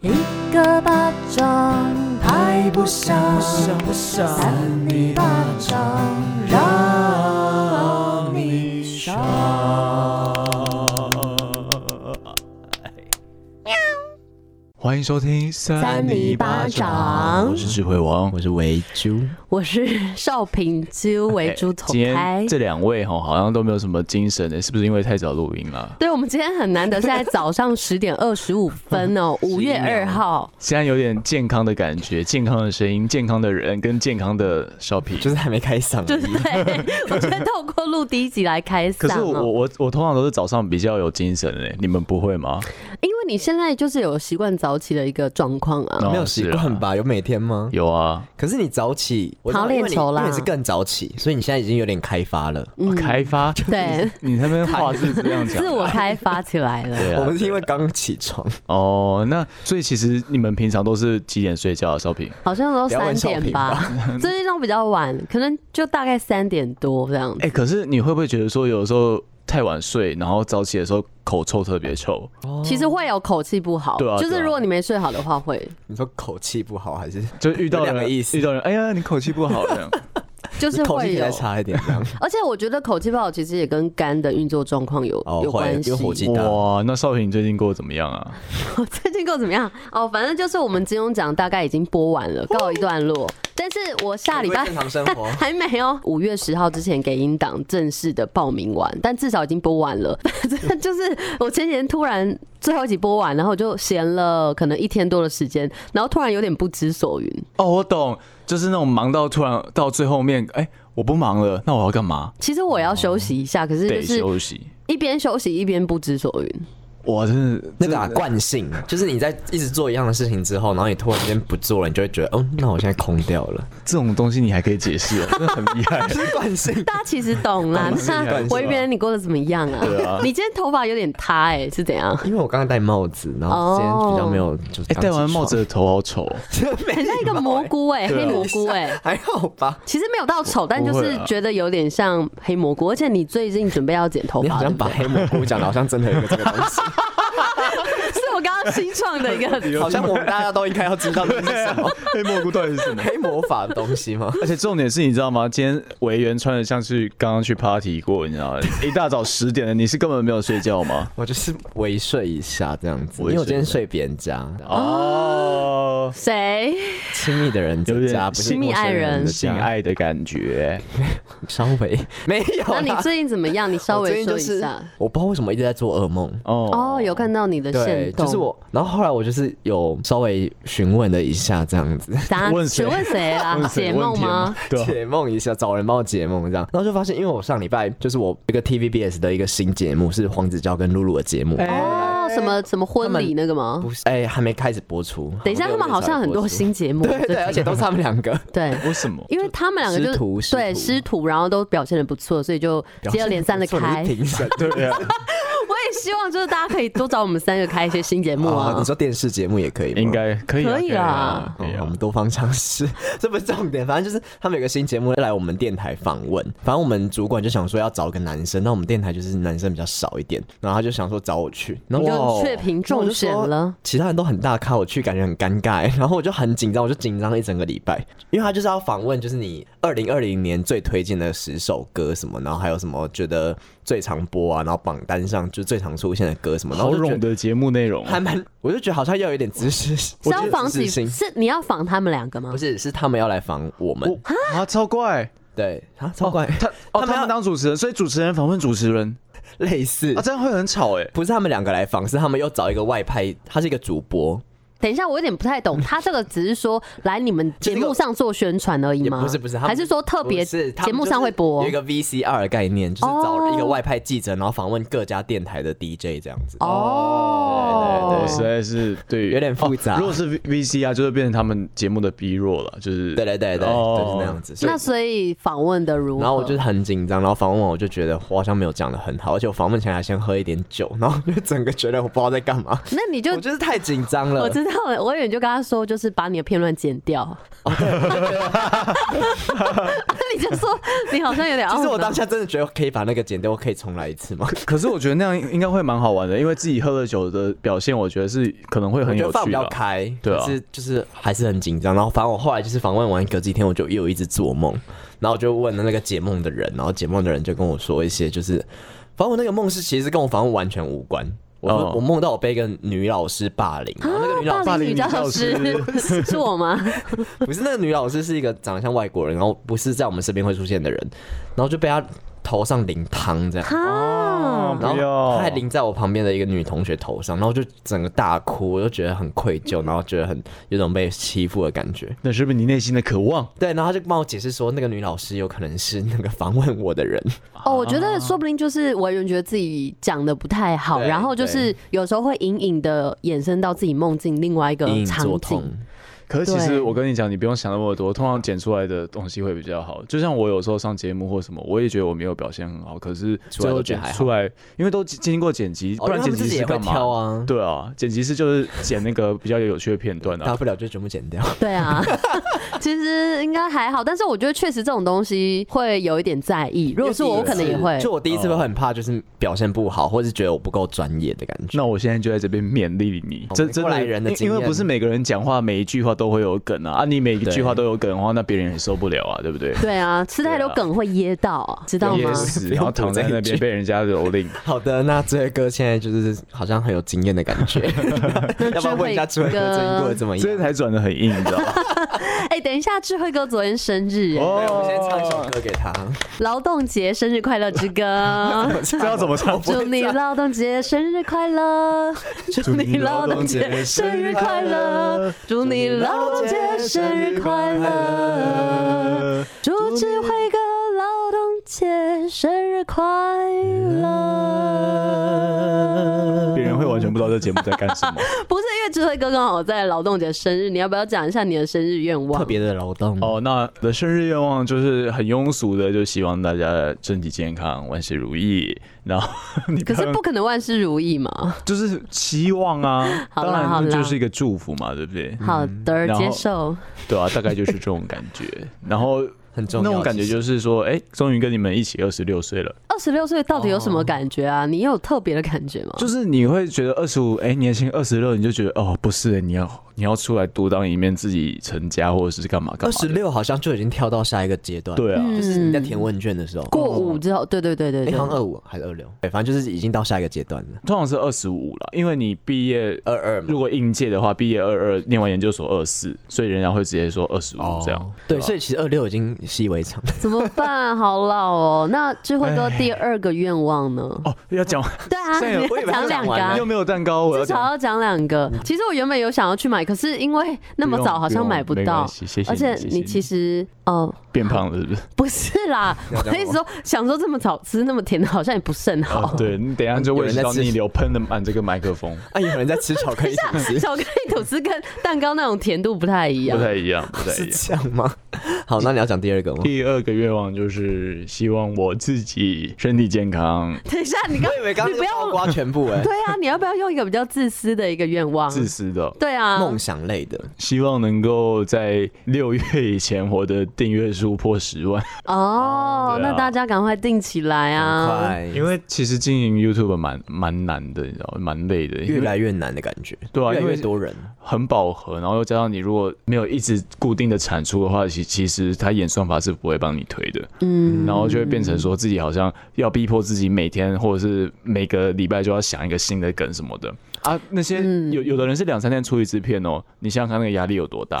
一个巴掌拍不响，不想三你巴掌让你爽。欢迎收听三尼巴掌我是智慧王，我是维猪，我是少平鸠为猪头今牌天。这两位哈好像都没有什么精神的，是不是因为太早录音啊了？对，我们今天很难得，是在早上十点二十五分 哦，五月二号。现在有点健康的感觉，健康的声音，健康的人跟健康的少皮。就是还没开嗓对而不已。对？ 我觉得透过录第一集来开可嗓是我哦，我我通常都是早上比较有精神诶，你们不会吗？因为你现在就是有习惯早起的一个状况啊。哦没有习是惯啊吧？有每天吗？有啊，可是你早起，我知道好脸因为你熟啦因为你是更早起，所以你现在已经有点开发了。哦开发。嗯对，你那边话是这样 讲自我开发起来了。对我啊们是因为刚起床，哦，那所以其实你们平常都是几点睡觉啊？少平？好像都不要三问少点平吧，最近都比较晚，可能就大概三点多这样子。哎、可是你会不会觉得说，有时候太晚睡，然后早起的时候口臭特别臭？其实会有口气不好，对啊就是对啊如果你没睡好的话会，你说口气不好还是就遇到有两人个意思遇到人，哎呀，你口气不好这样。就是你口会气可以有再。差一点 这样？而且我觉得口气不好其实也跟肝的运作状况有哦有会关系有。火气大哇，那少平你最近过得怎么样啊？ 我最近过得怎么样？哦，反正就是我们金庸奖大概已经播完了，告一段落。但是我下礼回归拜正常生活 还没有，五月十号之前给音档正式的报名完，但至少已经播完了。 反正就是我前几天突然最后一集播完，然后我就闲了可能一天多的时间，然后突然有点不知所云。哦，我懂，就是那种忙到突然到最后面，哎、我不忙了，那我要干嘛？其实我也要休息一下，可是就得是休息。一边休息一边不知所云。哇，真的那个啊真的惯性，就是你在一直做一样的事情之后，然后你突然间不做了，你就会觉得，哦，那我现在空掉了，这种东西你还可以解 释、哦，真的很厉害。惯性。大家其实懂啦。懂了那懂了维园，你过得怎么样对啊啊？你今天头发有点塌，哎，是怎样？ 因为我刚刚戴帽子，然后今天比较没有，就是哎、刚戴完起帽子的头好丑 哦、床没很像一个蘑菇哎、对黑啊蘑菇哎、 还好吧？其实没有到丑，但就是啊觉得有点像黑蘑菇。而且你最近准备要剪头你发，好像把对不黑蘑菇讲的好像真的有一个这个东西，对 是我刚刚新创的一个。 好像我们大家都应该要知道这是什么 黑蘑菇到底是什么？黑魔法的东西吗？ 而且重点是，你知道吗？今天维园穿的像是刚刚去 party 过，你知道吗？一大早十点的，你是根本没有睡觉 吗？ 我就是微睡一下这样子，因微睡一下为我今天睡别人家，哦，谁？亲密的人有的点家，不是亲密陌生爱人人的性家，爱的感觉。稍微 没有那啦。你最近怎么样？你稍我最微近说就一是下。，我不知道为什么一直在做噩梦。哦哦，有看到你的对线，动，就是我，然后后来我就是有稍微询问了一下这样子，答问谁询问谁啊？解梦吗？？对啊，解梦一下，找人帮我解梦这样，然后就发现，因为我上礼拜就是我一个 TVBS 的一个新节目是黄子佼跟露露的节目，哦，什么什么婚礼那个吗？哎不是，哎、还没开始播出。等一下，他们好像很多新，新节目，对对最 对，近而且都是他们两个。对。啊为什么？因为他们两个师就徒是师对徒师徒，然后都表现的不错，所以就接二连三的开。你是评审 对啊，我也希望就是大家可以多找我们三个开一些新节目哦啊。你说电视节目也可以吗，应该可以啊，可以啦啦，哦可以我啊们。多方尝试， 这不是重点，反正就是他们有个新节目来我们电台访问，反正我们主管就想说要找个男生，那我们电台就是男生比较少一点，然后他就想说找我去，然后我就就确评中选然后我了就说。其他人都很大咖，我去感觉很尴尬欸、然后我就很紧张，我就紧张了一整个礼拜，因为他就是要访问，就是你二零二零年最推荐的十首歌什么，然后还有什么觉得最常播啊，然后榜单上就最常出现的歌什么，然后好我就觉冗得的节目内容，嗯啊还蛮，啊我就觉得好像要有一点知 识，是我要觉得仿知识几？性是你要仿他们两个吗不？是，是他们要来访我们，啊，超怪，对啊，超 怪，他哦，他们他要们当主持人，所以主持人访问主持人类似啊，，这样会很吵哎。不是他们两个来访，是他们又找一个外派，他是一个主播，等一下，我有点不太 懂，他这个只是说来你们节目上做宣传而已也吗？不是不是，他们还是说特别不是他节们目上会播就是有一？个 VCR 的概念，就是哦找一个外派记者，然后访问各家电台的 DJ 这样子，哦我，实在是对于哦有点复杂哦如果是 V C 啊，就会变成他们节目的 B 弱了，就是对对对对，哦就是那样子。所以那所以访问的如何？然后我就是很紧张，然后访问完我就觉得我好像没有讲的很好，而且我访问前还先喝一点酒，然后我就整个觉得我不知道在干嘛，哦那你就我就是太紧张了，我知道道了，我以为你就跟他说，就是把你的片段剪掉。 你就说你好像有点懊恼。其实我当下真的觉得可以把那个剪掉，我可以重来一次吗？可是我觉得那样应应该会蛮好玩的，因为自己喝了酒的表现，我觉得是可能会我很觉有得放趣比较吧。开，啊对啊可是就是还是很紧张。然后反正我后来就是访问完隔几天，我就又一直做梦，然后我就问了那个解梦的人，然后解梦的人就跟我说一些就是，反正我那个梦是其实跟我访问完全无关。我、哦我梦到我被一个女老师霸凌，然后那个女老啊师霸凌女霸教师凌女是我吗？不是那个女老师是一个长得像外国人，然后不是在我们身边会出现的人，然后就被她头上淋汤这样。啊，哦然不后要他还淋在我旁边的一个女同学头上，然后就整个大哭，我就觉得很愧疚，然后觉得很有种被欺负的感觉。那是不是你内心的渴望？对，然后他就帮我解释说，那个女老师有可能是那个访问我 的人，哦，我觉得说不定就是委员觉得自己讲的不太好，对然后就是有时候会隐隐的衍生到自己梦境另外一个嗯隐隐场作痛景。。可是其对实我跟你讲，你不用想那么多，通常剪出来的东西会比较好。就像我有时候上节目或什么，我也觉得我没有表现很好，可是出来最都后觉得剪还好出来，因为都经经过剪辑，哦不然因剪为他们辑自己师也会干嘛？挑啊对啊，剪辑师就是剪那个比较有趣的片段大啊。不了就全部剪掉。对啊，其实应该还好，但是我觉得确实这种东西会有一点在意。如果是我， 我可能也会。就我第一次会很怕，就是表现不好，或是觉得我不够专业的感觉。那我现在就在这边勉励你，哦真过真来的人的因经验因为不是每个人讲话每一句话都会有梗啊，啊，你每一对句话都有梗的话，那别人也受不了啊，对不对？对啊，吃太多对啊梗会噎到，知道吗也？死，然后躺在那边被人家蹂躏。好的，那这位哥现在就是好像很有经验的感 觉，要不要问一下智慧哥最近过得怎么样？这才转的很硬，你知道吗？哎、等一下，智慧哥昨天生日，哎 对，我们哦先唱一首歌给他。劳动节生日快乐之歌。 这要怎么 唱？祝你劳动节生日快 乐！祝你劳动节生日快乐！祝你劳动节生日快乐！呃祝智慧哥劳动节生日快嗯乐！别人会完全不知道这节目在干什么。不是因为智慧哥刚好在劳动节生日，你要不要讲一下你的生日愿望？特别的劳动哦，那我的生日愿望就是很庸俗的，就希望大家身体健康，万事如意。然后 你可要是不可能万事如意嘛。就是期望啊，好啦当然好这啦就是一个祝福嘛，对不对？好的，然后接受。 对啊，大概就是这种感 觉。然后很重要，那种感觉其实就是说，哎，终于跟你们一起二十六岁了。二十六岁到底有什么感觉啊？你有特别的感觉吗？就是你会觉得二十五，哎，年轻二十六，你就觉得哦，不是，你要你要出来独当一面，自己成家或者是干嘛干二嘛十的。六嗯好像就已经跳到下一个阶段，，对啊，就是你在填问卷的时候过五之后，对对对对哎，对好像，二五还是二六，对，反正就是已经到下一个阶段了，通常是二十五了，因为你毕业呃二二嘛如。果应届的话，毕业二二，念完研究所二四，所以人家会直接说二十五这样。哦对，啊吧所以其实二六已经习以为常。 怎么办？好老哦。那智慧哥第二个愿望呢？哦，要 讲完对啊，现在有你我以要为他讲两讲个完啊了又。没有蛋糕，我要至少讲。要讲两个。其实我原本有想要去买，可是因为那么早好像买不不用不用没到关系谢，谢而你谢且谢你你其实哦，变胖了是不是？不是啦，我讲的意思说，想说这么早吃那么甜的，好像也不甚好哦，。对你等一下就有会人知在道吃逆流喷的满这个麦克风，啊，有人在吃巧克力 吐司，巧克力吐司跟蛋糕那种甜度不太一不样。太一样，不太是一样。这样 吗？好，那你要讲第二个吗？第二个愿望就是希望我自己身体健康，等一下，你刚我以为刚你刚不要包刮全部哎，对啊，你要不要用一个比较自私的一个愿望？自私的，对啊，梦想类的，希望能够在六月以前我的订阅数破十万。哦，对啊那大家赶快定起来很啊！快，因为其实经营 YouTube 蛮蛮难的，你知道，蛮累的，因越为来越难的感觉，对啊越来因为越多人，很饱和，然后又加上你如果没有一直固定的产出的话，其其实它演算法是不会帮你推的，嗯，然后就会变成说自己好像要逼迫自己每天或者是每个礼拜就要想一个新的梗什么的啊。那些嗯有有的人是两三天出一支片哦，你想想看那个压力有多 大。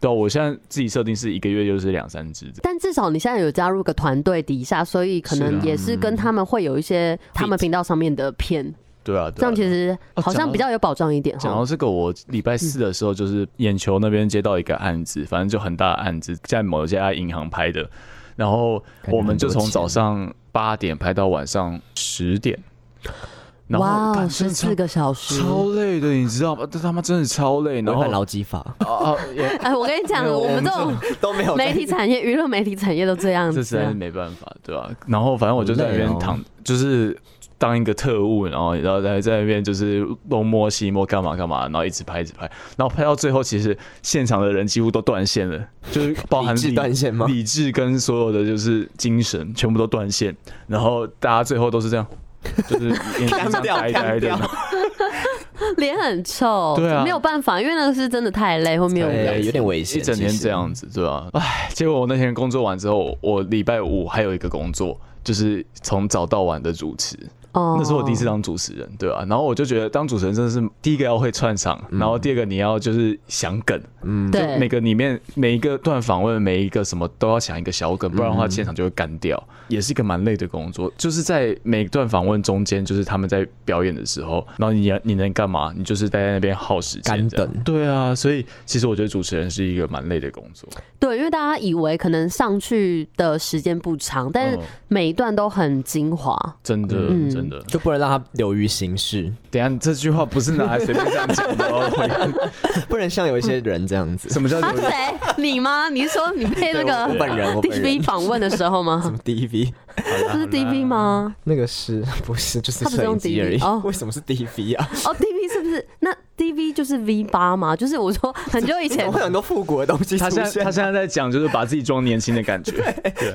对啊、我现在自己设定是一个月就是两三支的，但至少你现在有加入个团队底下，所以可能是啊嗯也是跟他们会有一些他们频道上面的片，对啊，哦这对啊样其实哦好讲像到比较有保障一点讲到哈。这个，我礼拜四的时候就是眼球那边接到一个案子，反正就很大的案子，在某一家银行拍的，然后我们就从早上八点拍到晚上十点，然后哇，哦干真十的超四个小时！超累的，你知道吗？这他妈真的超累，然违后反劳基法啊，啊也哎，我跟你讲，没有我们这我种都没有 在 媒体产业、娱乐媒体产业都这样这实子在啊是。没办法，对吧、然后反正我就在那好边累哦躺，就是当一个特务，然后然后在在那边就是东摸西摸干嘛干嘛，然后一直拍一直拍，然后拍到最后，其实现场的人几乎都断线了，就是包含理智断线吗理智跟所有的就是精神全部都断线，然后大家最后都是这样。就是眼睛这样 干掉呆呆干的，掉然后脸很臭，对啊哎没有办法，因为那个是真的太累，会没有无聊对，。有点危险，一整天其实这。样子，对吧、唉，结果我那天工作完之后，我礼拜五还有一个工作，就是从早到晚的主持。哦那是我第一次当主持人，对吧、啊然后我就觉得当主持人真的是第一个要会串场，然嗯后第二个你要就是想梗，对每嗯个里面每一个段访问每一个什么都要想一个小梗，不然的话嗯现场就会干掉，也是一个蛮累的工作。就是在每段访问中间，就是他们在表演的时候，然后你你能干嘛？你就是待在那边耗时间干这样，等对啊，所以其实我觉得主持人是一个蛮累的工作。对，因为大家以为可能上去的时间不长，但是嗯每一段都很精华。真的，嗯真的。就不能让它流于形 式，等一下这句话不是拿来随便这样讲的 哦。不能像有一些人这样子。什么叫啊，流于谁？你吗？你是说你被那我个本人，我本 DV 人访问的时候 吗？ DV 这是 DV 吗？嗯那个是不是就是它不是摄用影机而已 DV 哦？为什么是 DV 啊？哦，DV 是不是？那 DV 就是 V 八吗？就是我说很久以怎 前么会有很多复古的东西 出他现在现 他？现在在讲，就是把自己装年轻的感觉。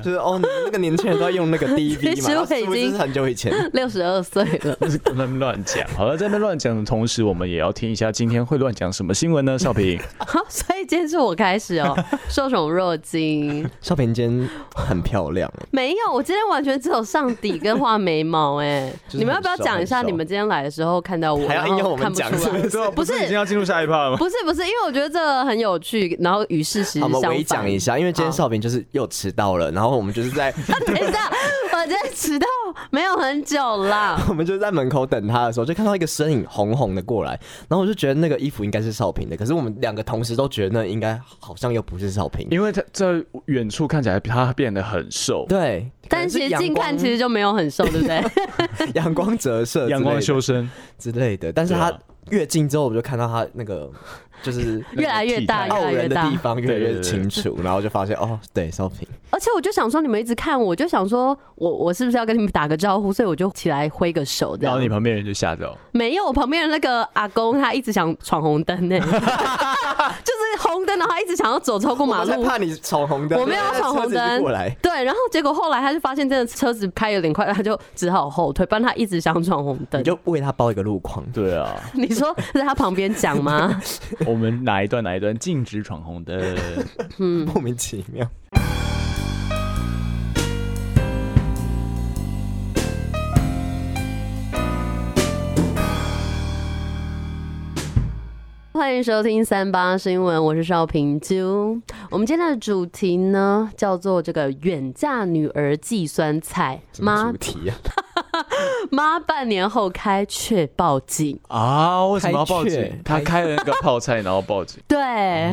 就是哦，你那个年轻人都在用那个其 DV 嘛，实我然后是不已经是很久 以前？六十二岁 了， 就是不能乱讲。好了，在那边乱讲的同时，我们也要听一下今天会乱讲什么新闻呢？少 平，好，所以今天是我开始 哦，受宠若惊。少平间很漂亮，没有，我今天完全只有上底跟画眉毛哎、 就是你们要不要很熟讲一下很熟你们今天来的时候看到我，还要然硬要后我看们不讲出是来？不不是？是啊已经要进入下一趴了吗？不是不是，因为我觉得这个很有趣，然后与事实好，我相们反。微讲一下，因为今天好少平就是又迟到了，然后我们就是 在等一下，我今天迟到没有很久 。啦我们就在门口等他的时候，就看到一个身影红红的过来，然后我就觉得那个衣服应该是少平的，可是我们两个同时都觉得那应该好像又不是少平，因为他在远处看起来他变得很瘦，对，但其是实近看其实就没有很瘦，对 不对？阳光折射、阳光修身，之类的，但是对他啊越近之后，我就看到他那个 就是 越来越那大，越傲来越人的大地。方越来对对越对清 楚，然后就发现哦，对，少平，而且我就想说，你们一直看我，我就想说我我是不是要跟你们打个招呼？所以我就起来挥个手，这然后样你。旁边人就吓到，没有，我旁边的那个阿公他一直想闯红灯 呢、就是红灯，然后他一直想要走超过马我才路。怕你闯红灯，我没有因为闯红车子一直灯过来。对，然后结果后来他就发现真的车子开有点快，他就只好后退，不然他一直想闯红灯你。就为他包一个路况，对啊，你说在他旁边讲吗？我们哪一段哪一段禁止闯红 灯？嗯莫名其妙。欢迎收听三八新闻，我是邵平啾。我们今天的主题呢，叫做这个远嫁女儿计算菜，什么妈主题啊？妈半年后开却报警，啊，为什么要开报雀警？他开了那个泡菜，然后报 警。对，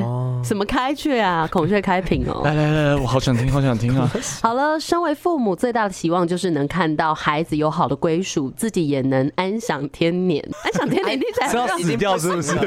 哦什么开却 啊，孔雀开屏哦、来来来来，我好想听，好想听啊！好了，身为父母最大的期望就是能看到孩子有好的归属，自己也能安享天 年。安享天年听起来哎是要好 像死掉是不是？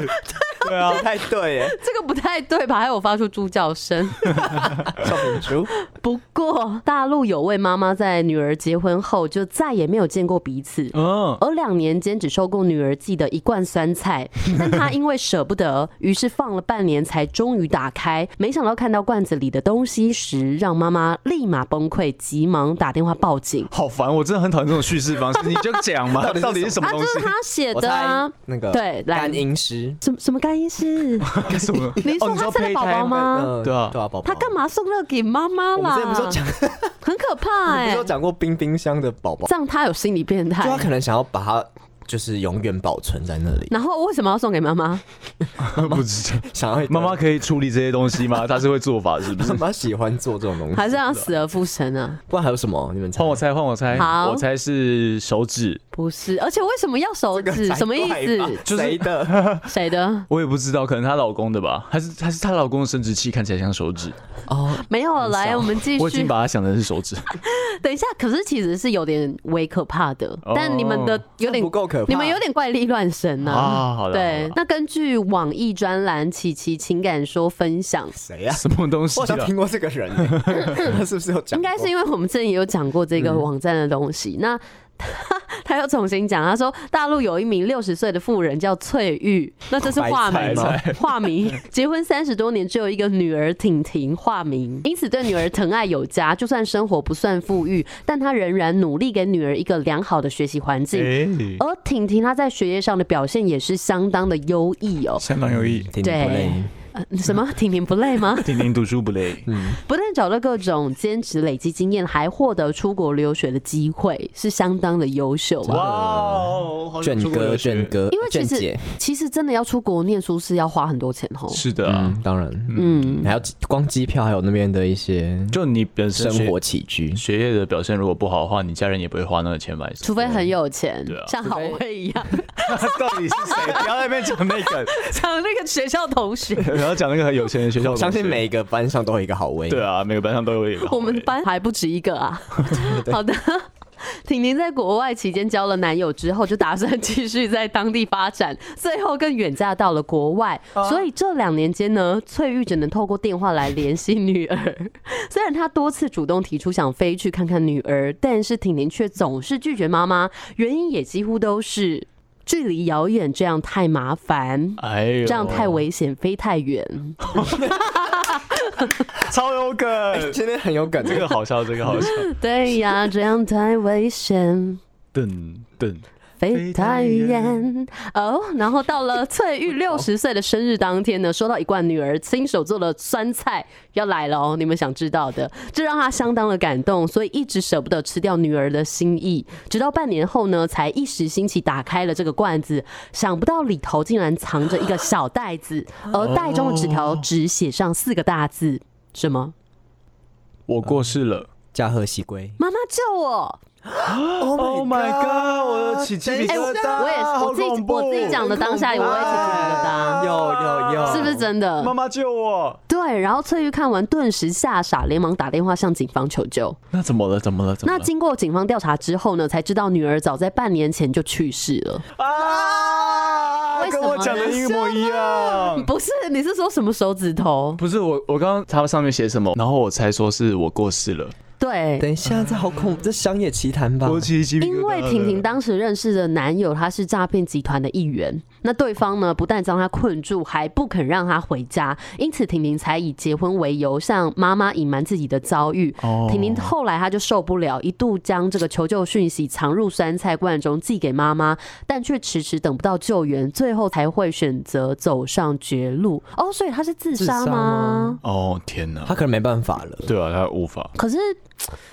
对啊，哦太对耶， 这个不太对吧？还有发出猪叫声。少平猪。不过，大陆有位妈妈在女儿结婚后就再也没有见过彼此。嗯，而两年间只收购女儿寄的一罐酸菜，但她因为舍不得，于是放了半年才终于打开。没想到看到罐子里的东西时，让妈妈立马崩溃，急忙打电话报警。好烦，我真的很讨厌这种叙事方 式。你就讲嘛，到底是什么啊，东这是西？她写我的啊猜。那个对来干音师，什么什么干医 师？什么？你哦说说他生了胚宝胎宝吗？嗯对啊对啊，宝宝。他干？嘛送这个给妈妈啊我们啦之前不是有？讲，很可怕不哎、是有讲过冰冰箱的宝宝，这样他有心理变就他态。可能想要把它就是永远保存在那里，然后为什么要送给妈妈？ 不知道。想要一个妈妈可以处理这些东西吗？她是会做法是不是 妈？妈喜欢做这种东西，还是让死而复生 啊？不然还有什么？你们猜换我猜，换我猜，好我猜是手指，不是，而且为什么要手指？什么意思？就是谁的？ 谁的？我也不知道，可能她老公的吧，还是还是她老公的生殖器看起来像手指，哦，没有了，来，我们继我已经续。把它想成是手指， 等一下，可是其实是有点微可怕的，哦但你们的有点这不够可怕你们有点怪力乱神呐、啊好啦好对啦，那根据网易专栏《琪琪情感说》分享，谁呀？什么东西我好啊像？听过这 个人欸，他是不是有讲过？嗯应该是因为我们之前也有讲过这个网站的东西。那他 又重新讲，他说大陆有一名六十岁的妇人叫翠玉，那这是化名吗白？ 化名，结婚三十多年，只有一个女儿婷婷，化名，因此对女儿疼爱有加。就算生活不算富裕，但他仍然努力给女儿一个良好的学习环境。哎，而婷婷她在学业上的表现也是相当的优异哦。相当有意义。挺不累。呃什么？婷婷不累吗？听听读书不累，不但找到各种兼职累积经验，还获得出国留学的机会，是相当的优秀啊。哦，好想卷出国哥，留学卷，哥，因为其卷实姐，其实真的要出国念书是要花很多钱哦。是的啊，嗯，当然，嗯，还有光机票，还有那边的一些就你本身生学活起居，学业的表现如果不好的话，你家人也不会花那个钱买。除非很有钱，对啊像郝威一样， 到底是谁？不要在那边讲那个，像那个学校同学。然后讲那个很有钱的学校同我学。相信每个班上都有一个好威。对啊，每个班上都有一个。 我们班还不止一个啊。 好的，婷婷在国外期间交了男友之后，就打算继续在当地发展，最后更远嫁到了国外。啊所以这两年间呢，翠玉只能透过电话来联系女儿。 虽然她多次主动提出想飞去看看女儿，但是婷婷却总是拒绝妈妈，原因也几乎都是距离遥远，这样太麻烦。哎呦，这样太危险，飞太远。 超有梗， 今天很有梗，这个好笑，这个 好笑。对呀，这样太危险。噔噔，飞太远哦。然后到了翠玉六十岁的生日当天呢，收到一罐女儿亲手做的酸菜要来了哦，你们想知道的，这让她相当的感动，所以一直舍不得吃掉女儿的心意。直到半年后呢，才一时兴起打开了这个罐子，想不到里头竟然藏着一个小袋子，而袋中的纸条只写上四个大字：什么？我过世了。驾鹤西归。妈妈救我！ Oh my god！我的起鸡皮哎、我疙瘩，我也是，我自己我自己讲的当下，我也起鸡皮疙瘩，有有有，是不是真的？妈妈救我！对，然后翠玉看完顿时吓傻，连忙打电话向警方求救。那怎么了？怎么了？怎么那了？经过警方调查之后呢，才知道女儿早在半年前就去世了。啊为什跟么我讲的一模一样。不是，你是说什么手指头？不是我，我刚刚他们上面写什么，然后我猜说是我过世了，对。等一下，这好恐怖，这商业奇谈吧？起鸡因为婷婷当时认识的男友他是诈骗集团的一员，那对方呢不但将她困住，还不肯让她回家，因此婷婷才以结婚为由向妈妈隐瞒自己的遭遇。哦婷婷后来她就受不了，一度将这个求救讯息藏入酸菜罐中寄给妈妈，但却迟迟等不到救援，最后才会选择走上绝路。哦，所以她是自杀自杀吗吗？哦天哪他，可能没办法了。对啊，他无法，可是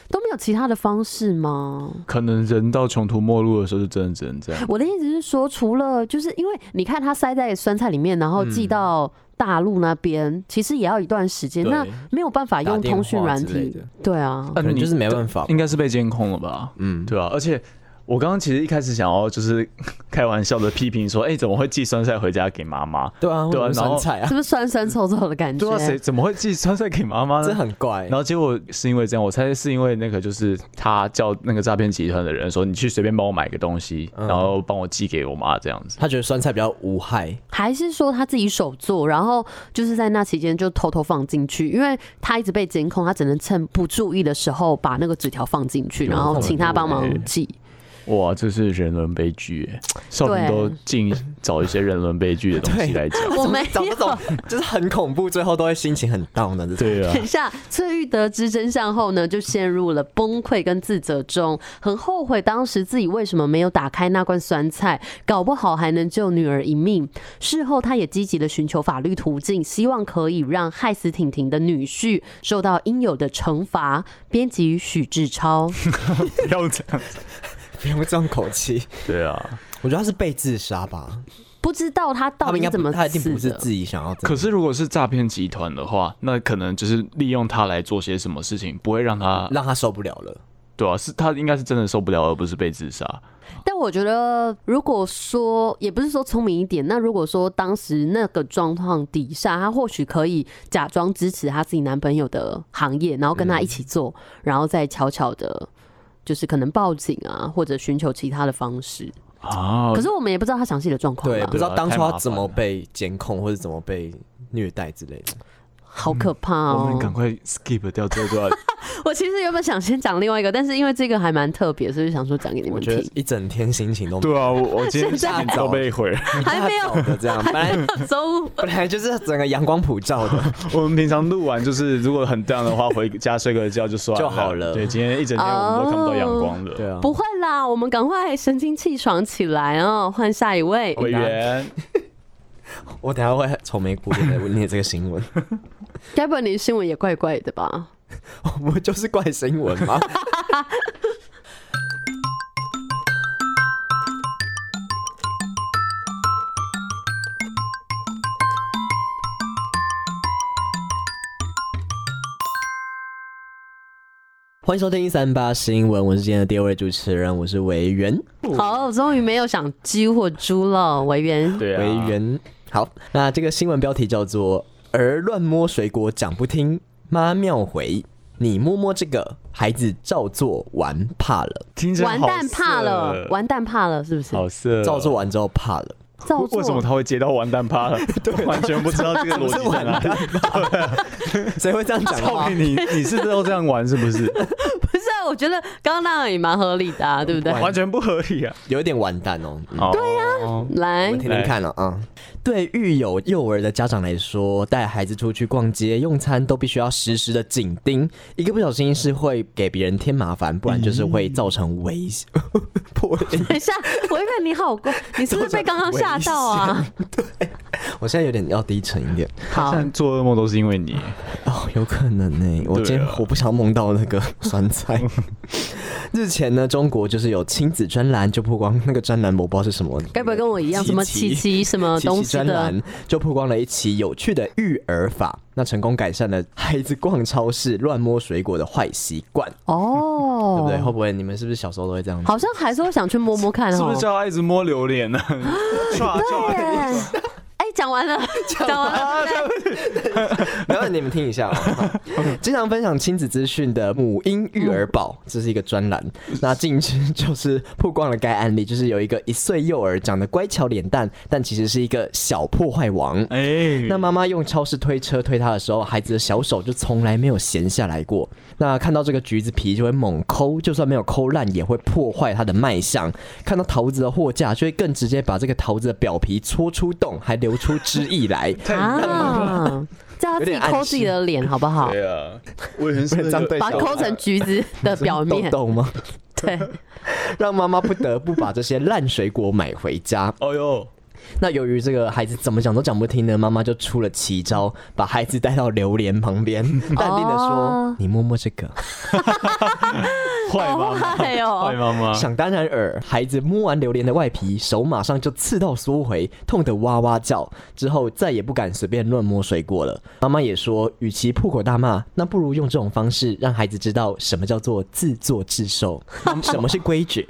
都没有其他的方式吗？可能人到穷途末路的时候，就真的只能 这样。我的意思是说，除了就是因为你看她塞在酸菜里面，然嗯后寄到大陆那边，其实也要一段时间，对那没有办法用通讯软打电话之类体的，呃对啊，可能就是没办法吧应该是被监控了吧？嗯，对啊，而且。我刚刚其实一开始想要就是开玩笑的批评说，哎、怎么会寄酸菜回家给妈妈？对啊，对啊为什么然后酸菜啊是，不是酸酸臭臭的感觉对？啊，谁怎么会寄酸菜给妈妈呢？这很怪 然。后结果是因为这样，我猜是因为那个就是他叫那个诈骗集团的人说，你去随便帮我买个东西，嗯然后帮我寄给我妈这样子。他觉得酸菜比较无害，还是说他自己手做，然后就是在那期间就偷偷放进去，因为他一直被监控，他只能趁不注意的时候把那个纸条放进去，然后请他帮欸忙寄。哇，这是人伦悲剧耶！少平对都尽找一些人伦悲剧的东西 来讲。我没找这有种。就是很恐怖，最后都会心情很 down 的这种。对啊等，一下，翠玉得知真相后呢，就陷入了崩溃跟自责中，很后悔当时自己为什么没有打开那罐酸菜，搞不好还能救女儿一命。事后，她也积极的寻求法律途径，希望可以让害死婷婷的女婿受到应有的惩罚。编辑许志超。不要这样。不用这种口气，对啊，我觉得他是被自杀吧，不知道他他到们底应该是不怎么他一定死不是的。自己想要这可样。是如果是诈骗集团的话，那可能就是利用他来做些什么事情，不会让他让他受不了了，对啊，是他应该是真的受不了，而不是被自杀。但我觉得，如果说也不是说聪明一点，那如果说当时那个状况底下，她或许可以假装支持她自己男朋友的行业，然后跟他嗯一起做，然后再悄悄的。就是可能报警啊，或者寻求其他的方式。啊可，是我们也不知道他详细的状况对，啊不知道当太初麻他烦怎么了被监控或者怎么被虐待之类的。好可怕我哦们！赶快 skip 掉这段。我其实原本想先讲另外一个，但是因为这个还蛮特别，所以想说讲给你我们觉得听。一整天心情都对啊，我我今 天现在心情都被毁了。还没有大早的这 样，本来周五本来就是整个阳光普照的，我们平常录完就是，如果很 down 的话，回家睡个觉就算就好了对，今天一整天我们都看不到阳光的。对啊， 不会啦，我们赶快神清气爽起来哦，换下一位。委员，我等一下会愁眉苦脸的念这个新闻，该不会你新闻也怪怪的吧？我们就是怪新闻吗？ 欢迎收听一三八新闻，我是今天的第二位主持人，我是维园。好，终于没有想鸡或猪了，委员。对啊，为原好，那这个新闻标题叫做“儿乱摸水果讲不听，妈妙回”。你摸摸这个，孩子照做完怕了，听着完好蛋怕了色，完蛋怕了，是不是？好色，照做完之后怕了。照做为什么他会接到完蛋趴 了？我完全不知道这个逻辑在哪里。 谁会这样讲照 话片？你你是都这样玩是不是？不是啊，我觉得刚刚那样也蛮合理的、啊，对不对？完全不合理啊！有一点完蛋哦。嗯 对呀，我来们，听听看了啊、对育有幼儿的家长来说，带孩子出去逛街、用餐都必须要时时的紧盯，一个不小心是会给别人添麻烦，不然就是会造成危险。 破音等一下，我以为你好 乖，你是不是被刚刚吓到啊？我现在有点要低沉一点。好，但做噩梦都是因为你。哦，有可能呢、我今天我不想梦到那个酸菜。日前呢，中国就是有亲子专栏，就曝光那个专栏，我不知道是什么，该不会跟我一样，什么琪琪什么七东夕西专的？栏就曝光了一期有趣的育儿法，那成功改善了孩子逛超市乱摸水果的坏习惯，对哦，不对？会不会你们是不是小时候都会这样子？好像还说想去摸摸看是不哦是。叫他一直摸榴莲呢？刷对啊刷 耶， 哎，讲完了，讲完了，对不对然后你们听一下、 哦，经常分享亲子资讯的母婴育儿嗯宝，这是一个专栏。那近期就是曝光了该案例，就是有一个一岁幼儿长得乖巧脸蛋，但其实是一个小破坏王。哎，那妈妈用超市推车推他的时候，孩子的小手就从来没有闲下来过。那看到这个橘子皮就会猛抠，就算没有抠烂，也会破坏它的卖相。看到桃子的货架，就会更直接把这个桃子的表皮戳出洞，还流出汁液 来。 啊，叫他自己抠自己的脸好不好？对啊，我也很喜 不是这样对把它抠成橘子 的表豆面，豆吗？对，让妈妈不得不把这些烂水果买回家。哦呦，那由于这个孩子怎么讲都讲不听呢，妈妈就出了奇招，把孩子带到榴莲旁 边，淡定的说哦：“你摸摸这个。坏好妈妈，坏坏哦，妈妈，想当然尔，孩子摸完榴莲的外皮，手马上就刺到缩回，痛得哇哇叫，之后再也不敢随便乱摸水果了。妈妈也说，与其破口大骂，那不如用这种方式让孩子知道什么叫做自作自受， 什么是规矩。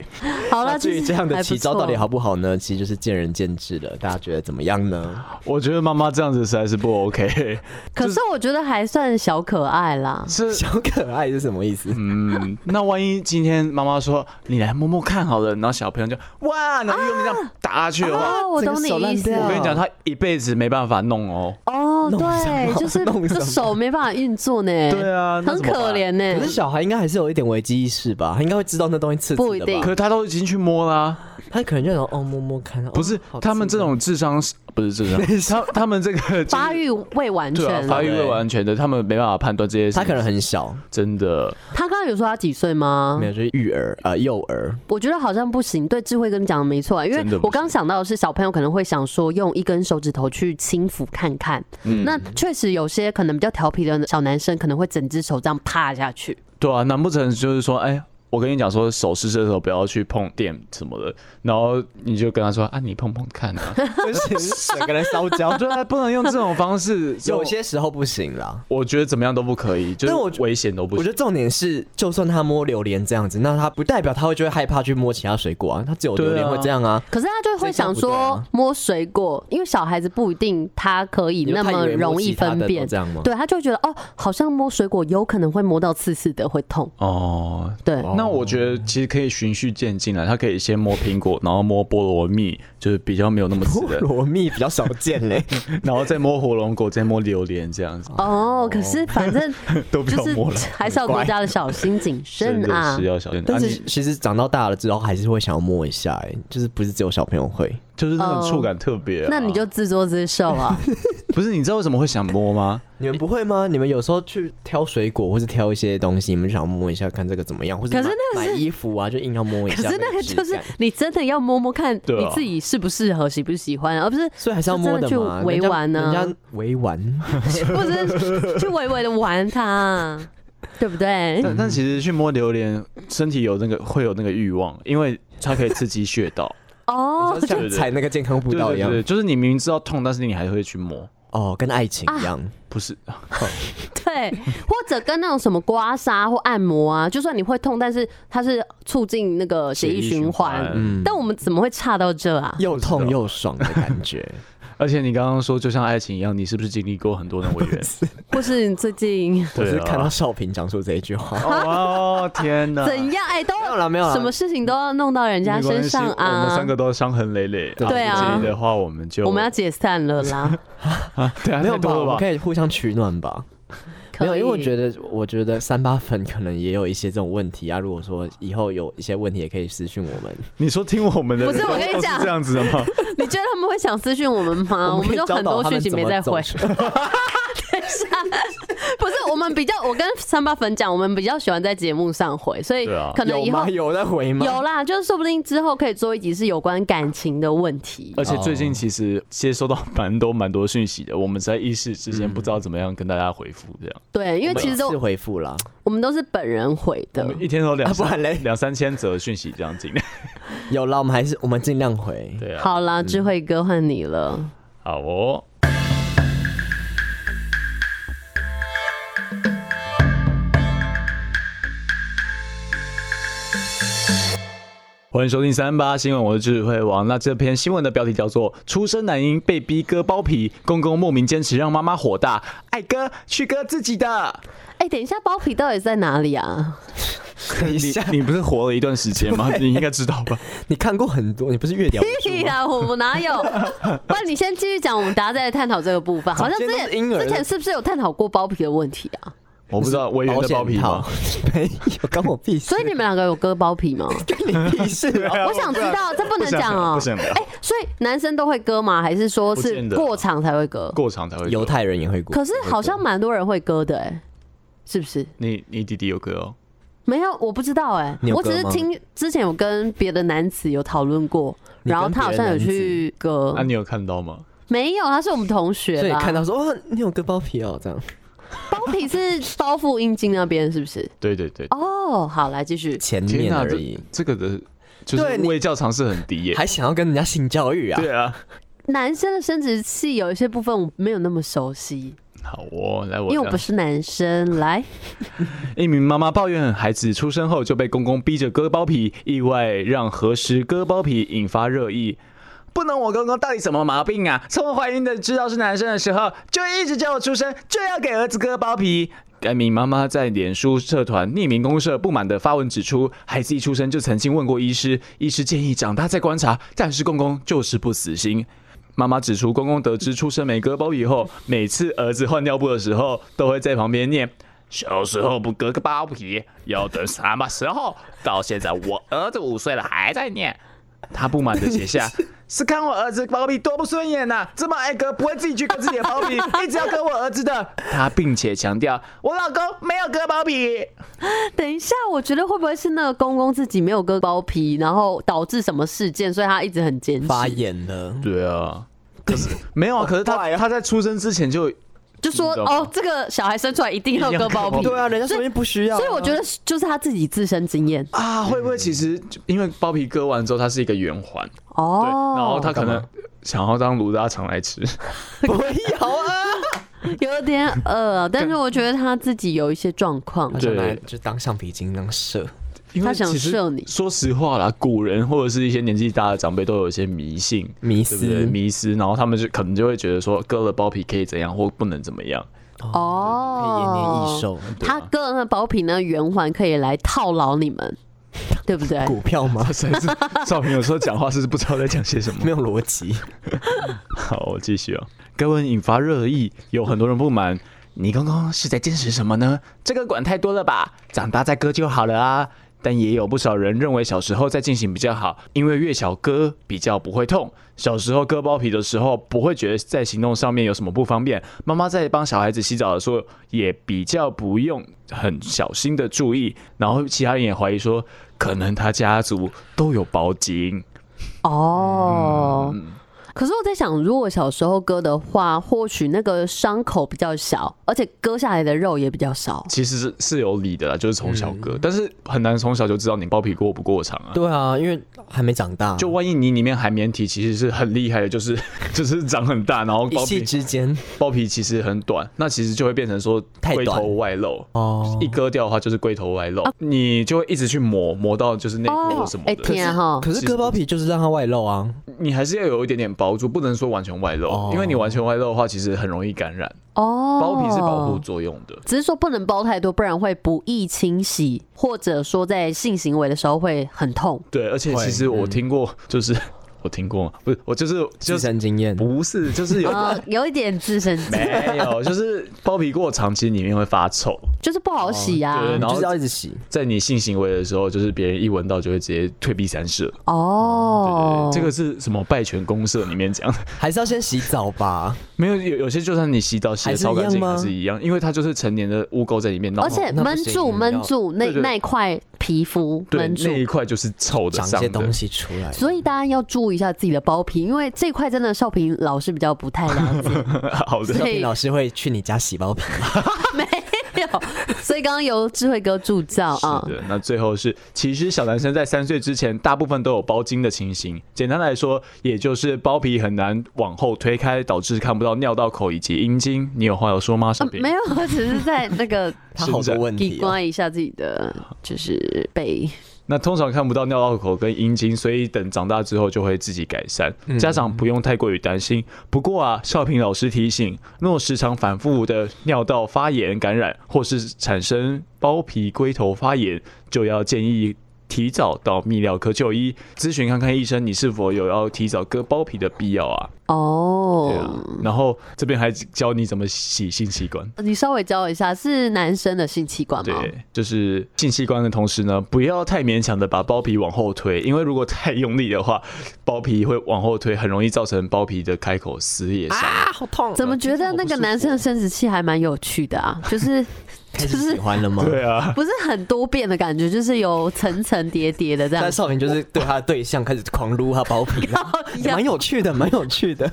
好了，那至于啊其实这样还的不奇招到底错好不好呢？其实就是见仁见智了，大家觉得怎么样 呢？我觉得妈妈这样子实在是不 OK。 可是我觉得还算小可爱啦。是小可爱是什么意思？嗯，那万一今天妈妈说你来摸摸看好了，然后小朋友就哇，然后用力这样打下去的话，哦，我懂你意思啊整个手烂掉了。我跟你讲，他一辈子没办法弄哦。哦，弄什对，么就是弄什这么手没办法运作呢。对啊，那很怎么办可。怜可是呢。小孩应该还是有一点危机意识吧？他应该会知道那东西刺刺的吧不一定可是他都已经去摸啦、他可能就想哦摸摸看，哦不是好刺他们这哦种智商是不是智商？他他们这 个发育未完对啊，全，发育未完全的，他们没办法判断这些事情。他可能很小，真的他刚刚有说他几岁吗嗯没？有就是育儿呃幼儿，我觉得好像不行。对，智慧跟你讲的没错啊，因为真的不我刚想到的是小朋友可能会想说用一根手指头去轻抚看看，嗯那确实有些可能比较调皮的小男生可能会整只手这样趴下去。对啊，难不成就是说，哎、我跟你讲说，手试的时候不要去碰电什么的，然后你就跟他说啊，你碰碰看啊，就是整个人烧焦 我。觉得不能用这种方式，有些时候不行啦，我觉得怎么样都不可以，就但我是危险都不我觉行。得重点是，就算他摸榴莲这样子，那他不代表他会就会害怕去摸其他水果啊，他只有榴对莲啊会这样啊。可是他就会想这样不对说啊摸水果，因为小孩子不一定他可以那么容易分你辨有太以为摸其他的都这样吗，对他就会觉得哦，好像摸水果有可能会摸到刺刺的，会痛。哦，对，那那我觉得其实可以循序渐进啊，他可以先摸苹果，然后摸菠萝蜜，就是比较没有那么刺菠的，萝蜜比较少见嘞， 然后再摸火龙果，再摸榴莲这样子，哦，可是反 正都不就要是摸了。 还是要多加的小心谨慎真的啊是。要小心，但啊 是你其实长到大了之后，还是会想要摸一下、欸，就是不是只有小朋友会？就是那哦种触感特别啊。那你就自作自受啊！不是你知道为什么会想摸吗？你们不会吗？你们有时候去挑水果或是挑一些东西，你们就想摸一下看这个怎么样，或者可是那买买衣服啊，就硬要摸一可 下。是那个质就是感你真的要摸摸看对啊你自己适不适合、喜不喜欢，而不是 所以还是要摸就的真嘛，去围玩呢人家人家围玩， 或者是去微微的玩 它，对不对？但但其实去摸榴莲，身体有那个会有那个欲望，因为它可以刺激穴 道。哦，就 像对对踩那个健康步对道对一样对，。就是你明明知道痛，但是你还会去摸，哦，跟爱情一样。啊不是？ 对，或者跟那种什么刮痧或按摩啊，就算你会痛，但是它是促进那个血血液液循循环环。嗯但我们怎么会差到这 啊？又痛又爽的感 觉，而且你刚刚说，就像爱情一样，你是不是经历过很多的 委员？或是你最近我对啊是 看到少平讲出这一句话。哦天 哪！怎样？哎，都没有啦，没有啦，什么事情都要弄到人家没关身系上我们啊三！个都伤痕累累。对对啊不介意的话，我们就我们要解散了啦！ 对啊， 没有太吧？多我了们吧？可以互相取暖吧。 没有，因为我觉得得，我觉得三八粉可能也有一些这种问题啊。如果说以后有一些问题，也可以私讯我们。你说听我们的，不是我 跟你讲这样子的吗？你觉得他们会想私讯我们嗯 吗？我可们以就教很导多他讯们息怎没么再走回。 出 不是，我们比较，我跟三八粉讲，我们比较喜欢在节目上回，所以对啊可能有以后吗？有在回吗？有啦，就是说不定之后可以做一集是有关感情的问题。而且最近其实接收到蛮多蛮多讯息的，我们在一时之间不知道怎么样跟大家回复，这样对，因为我们其实都是回复啦，我们都是本人回我的，们一天都两啊不然嘞两三千则讯息这样进来。有啦，我们还是我们尽量回。对 啊，好啦，智慧哥换你了。好哦。欢迎收听三八新闻，我是智慧王。那这篇新闻的标题叫做“出生男婴被逼割包皮，公公莫名坚持让妈妈火大，爱割去割自己的哎、等一下，包皮到底在哪里啊？等一”下，你。你不是活了一段时间吗？你应该知道吧？你看过很多，你不是月亮？屁啦，我我哪有？不然你先继续讲，我们大家再来探讨这个部分。好像之今天都是前婴儿的之前是不是有探讨过包皮的问题啊？我不知道委员的包皮吗保？险套没有，关我屁事。所以你们两个有割包皮吗？你屁事啊！哎我想知道，这不能想讲哦、不想聊哎、所以男生都会割吗？还是说不是见得过场才会割？过场才会割犹。太人也会过，可是好像蛮多人会割的、哎，是不是？你你弟弟有割哦？没有，我不知道哎、你有我割只吗是听之前有跟别的男子有讨论过，你跟然后他好像有去割那、，啊你有看到吗？没有，他是我们同学所以啦。看到说哦，你有割包皮哦，这样。 包皮是包覆阴茎那边是不是？对对对，哦，好，来继续。前天面呐，而已，这这个的，就对是你卫教常识很低耶、还想要跟人家性教育 啊？对啊，男生的生殖器有一些部分我没有那么熟悉，好哦，来我因为我这样不是男生。 来，一名妈妈抱怨孩子出生后就被公公逼着割包皮，意外让何时割包皮引发热议。不能我公公到底什么毛病啊？从我怀孕的知道是男生的时候，就一直叫我出生，就要给儿子割包皮。该名呃妈妈在脸书社团匿名公社不满的发文指出，孩子一出生就曾经问过医师，医师建议长大再观察，但是公公就是不死心。妈妈指出，公公得知出生没割包皮后，每次儿子换尿布的时候，都会在旁边念：“小时候不割个包皮，要等什么时候？到现在我儿子五岁了，还在念。”他不满的写 下：“是看我儿子包皮多不顺眼呐、这么爱割，不会自己去割自己的包皮，一直要割我儿子的。” 他并且强调：“我老公没有割包皮。等一下，我觉得会不会是那个公公自己没有割包皮，然后导致什么事件，所以他一直很坚持，发炎了”，对啊，可是 没有啊，可是他、他在出生之前 就就说你知道吗哦，这个小孩生出来一定要割包皮。 对啊，人家说明不需要啊。所以我觉得就是他自己自身经验啊，会不会其实就因为包皮割完之后，它是一个圆环，哦对，。然后他可干能想要当卤大肠来吃，不要啊， 有点饿，但是我觉得他自己有一些状况。他想来 就当橡皮筋那样射，因为 他想其实射你说实话啦，古人或者是一些年纪大的长辈都有一些迷信，迷对思不对？迷失，然后他们就可能就会觉得说割了包皮可以怎样或不能怎么 样，可以延年益哦，寿。啊 他割了那包皮呢，圆环可以来套牢你们。对不对？ 股票吗？实在是少平有时候讲话是不知道在讲些什么没。有 逻辑。好，我继续啊。该问引发热议，有很多人不满。你刚刚是在坚持什么呢？这个管太多了吧？长大再割就好了啊。但也有不少人认为小时候再进行比较好，因为越小割比较不会痛。小时候割包皮的时候，不会觉得在行动上面有什么不方便。妈妈在帮小孩子洗澡的时候，也比较不用很小心的注意。然后其他人也怀疑说，可能他家族都有包茎。哦。嗯可是我在想，如果小时候割的话，或许那个伤口比较小，而且割下来的肉也比较少。其实是是有理的啦，就是从小嗯割，但是很难从小就知道你包皮过不过长啊。对啊，因为还没长大，就万一你里面海绵体其实是很厉害的，就是 就是长很大，然后一包夕皮之间包皮其实很短，那其实就会变成说太龟短头外露，哦一。割掉的话就是龟头外露，你就会一直去磨磨到就是内裤哦或什么哎的。天啊哈！可是割包皮就是让它外露啊，你还是要有一点点包住，不能说完全外露，哦因为你完全外露的话，其实很容易感染。哦，包皮是保护作用的。只是说不能包太多，不然会不易清洗，或者说在性行为的时候会很痛。对，而且会其实我听过，就是 我听过吗，不是我就是就自是身经验。不是就是有啊，有一点自身经验， 没有，就是包皮过长期里面会发臭，就是不好洗哦呀、对，啊。然你就后是要一直洗，在你性行为的时候，就是别人一闻到就会直接退避三舍。哦，对，这个是什么拜权公社里面讲的？还是要先洗澡 吧？没有有有些就算你洗澡洗的还是超干净一样吗还是一样，因为它就是成年的污垢在里面，然而后且那不闷行住你闷要住那对对那块皮肤对闷住那。一块就是臭的长脏些的东。西出来，所以大家要注意一下自己的包皮，因为这块真的少平老师比较不太了 解， 好的，所以以老师会去你家 洗包皮。没有，所以刚刚由智慧哥助教啊是，的，那最后是，其实小男生在三岁之前，大部分都有包茎的情形。简单来说，也就是包皮很难往后推开，导致看不到尿道口以及阴茎。你有话要说吗？小啊平、没有，我只是在 那个他好多问提题、哦，关一下自己的啊就是背。那通常看不到尿道口跟阴茎，所以等长大之后就会自己改善，家长不用太过于担心。不过啊，少平老师提醒，若时常反复的尿道发炎感染，或是产生包皮龟头发炎，就要建议。提早到泌尿科就医，咨询看看医生，你是否有要提早割包皮的必要啊？对啊哦，。然后这边还教你怎么洗性器官。你稍微教我一下，是男生的性器官吗？对，就是性器官的同时呢，不要太勉强的把包皮往后推，因为如果太用力的话，包皮会往后推，很容易造成包皮的开口撕裂伤。好痛！怎么觉得那个男生的生殖器还蛮有趣的啊？ 就是开始喜欢了吗？对啊，不是很多变的感觉，就是有层层叠叠的这样但。少平就是对他的对象开始狂撸他包皮， 也蛮有趣的，蛮有趣的。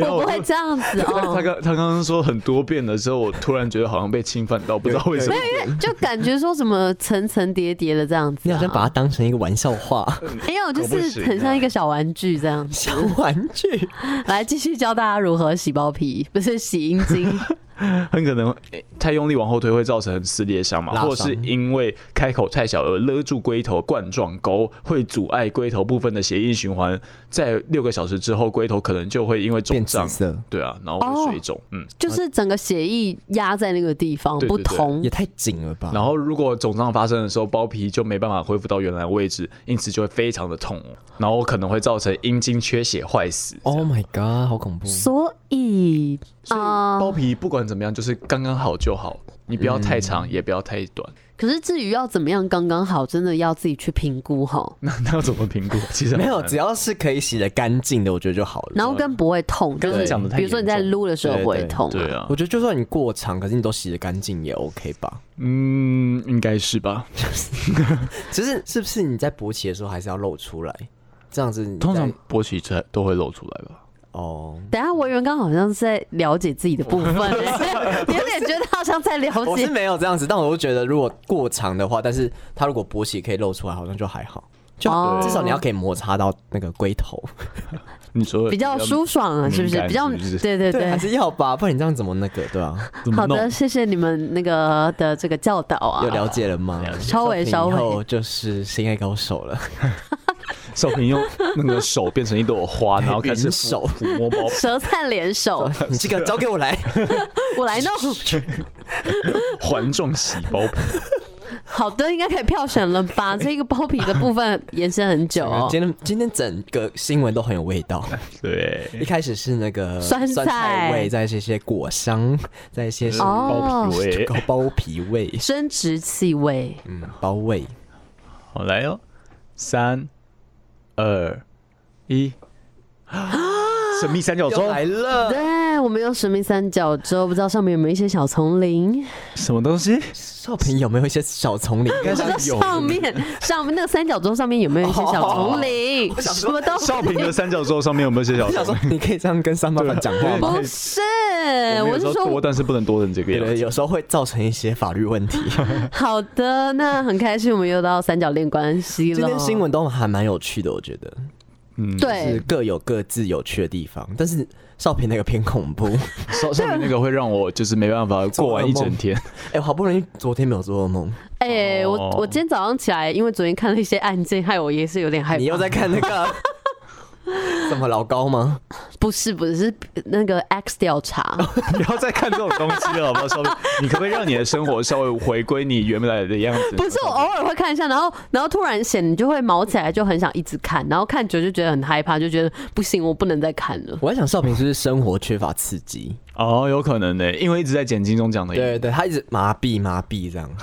我不会这样子他啊他哦，刚他刚刚说很多遍的时候，我突然觉得好像被侵犯到，不知道为什么。就感觉说什么层层叠叠的这样子、啊。你好像把它当成一个玩笑话， 没有，就是很像一个小玩具这 样子。小玩具。来，继续教大家如何洗包皮，不是洗阴茎。很可能诶太用力往后推会造成撕裂伤嘛，拉伤或者是因为开口太小而勒住龟头冠状沟，会阻碍龟头部分的血液循环，在六个小时之后，龟头可能就会因为肿胀变紫色，对啊，然后会水肿，嗯。就是整个血液压在那个地方对对不对同也，太紧了吧？然后，如果肿胀发生的时候，包皮就没办法恢复到原来的位置，因此就会非常的痛哦，然后可能会造成阴茎缺血坏死。 Oh my god，好恐怖！所以所以啊、包皮不管怎么样，就是刚刚好就好，你不要太嗯长，也不要太短。可是至于要怎么样刚刚好，真的要自己去评估哈。那那要怎么评估？其实没很有，难只要是可以洗的干净的，我觉得就好了。然后跟不会痛，刚刚对讲得太比如说你在严重撸的时候对不会对痛、对，啊我，觉得就算你过长，可是你都洗的干净也 OK 吧？嗯，应该是吧。其实是不是你在勃起的时候还是要露出来？这样子你在通常勃起才都会露出来吧？哦，等一下我原刚好像是在了解自己的部 分、欸， 有点觉得好像在了我是解。没有这样子，但我就觉得如果过长的话，但是它如果勃起可以露出来，好像就还好。就哦至少你要可以摩擦到那个龟头，你说比较舒爽啊，是敏不是？嗯感比较是不是对对 还对。是要吧，不然你这样怎么那个对啊吧、怎么好弄的，谢谢你们那个的这个教导啊有。了解了吗？稍微稍微以后就是性爱高手 了，少平用那个手变成一朵 花，然后开始云抚手抚摸包皮，舌灿联 手，你这个交给我来。 我来弄。环状洗包皮。好的，应该可以票选了吧？这个包皮的部分延伸很久哦。 今天今天整个新闻都很有味 道。对，一开始是那个酸菜味，再是一些果香，再一些是包哦皮味，嗯 包皮味，生殖气味，嗯，包味。好来哦，三、二、一，神秘三角洲又来了，对我们用神秘三角洲，不知道上面有没有一些小丛林？什么东西？少平有没有一些小丛 林？应该不知道是有。上面上面那个三角洲上面有没有一些小丛 林？想什说么都少平的三角洲上面有没有写小我想虫？ 说，你可以这样跟三八饭讲话吗？不是，们哎我有时是候多，说但是不能多成这个对样对，子。有时候会造成一些法律问题。哦好的，那很开心，我们又到三角恋关系了。今天新闻都还蛮有趣的，我觉得嗯，是对，各有各自有趣的地方。但是少平那个偏恐怖，少少平那个会让我就是没办法过完一整 天。哎、我好不容易昨天没有做噩梦，哎、我哦我今天早上起来，因为昨天看了一些案件，害我也是有点害怕。你又在看 那个什么老高吗？不是不是是那个 X 调查，不要再看这种东西了，好不好？少平，你可不可以让你的生活稍微回归你原来的样子？不是我偶尔会看一下，然后然后突然显你就会毛起来，就很想一直看，然后看久就觉得很害怕，就觉得不行，我不能再看了。 我在想少平是不是生活缺乏刺激？哦，有可能呢、因为一直在剪金钟奖的影片。对对，他一直麻痹麻痹这样 啊，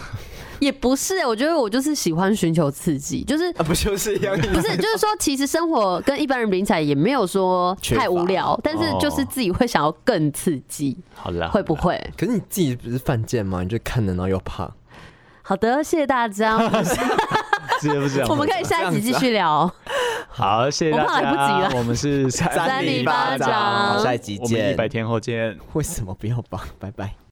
也不是、我觉得我就是喜欢寻求刺激，就是。不就是一样？不是，就是说，其实生活跟一般人比起来也没有说缺乏太无聊，但是就是自己会想要更刺 激，好啦，会不会？可是你自己不是犯贱吗？你就看着然后又怕，好的，谢谢大家，我们。直接不这样 我们可以下一集继续聊。好，谢谢我大家。怕来不及了我们是三里里巴掌好下一集我们一见。百天后见。为什么不要吧？拜拜。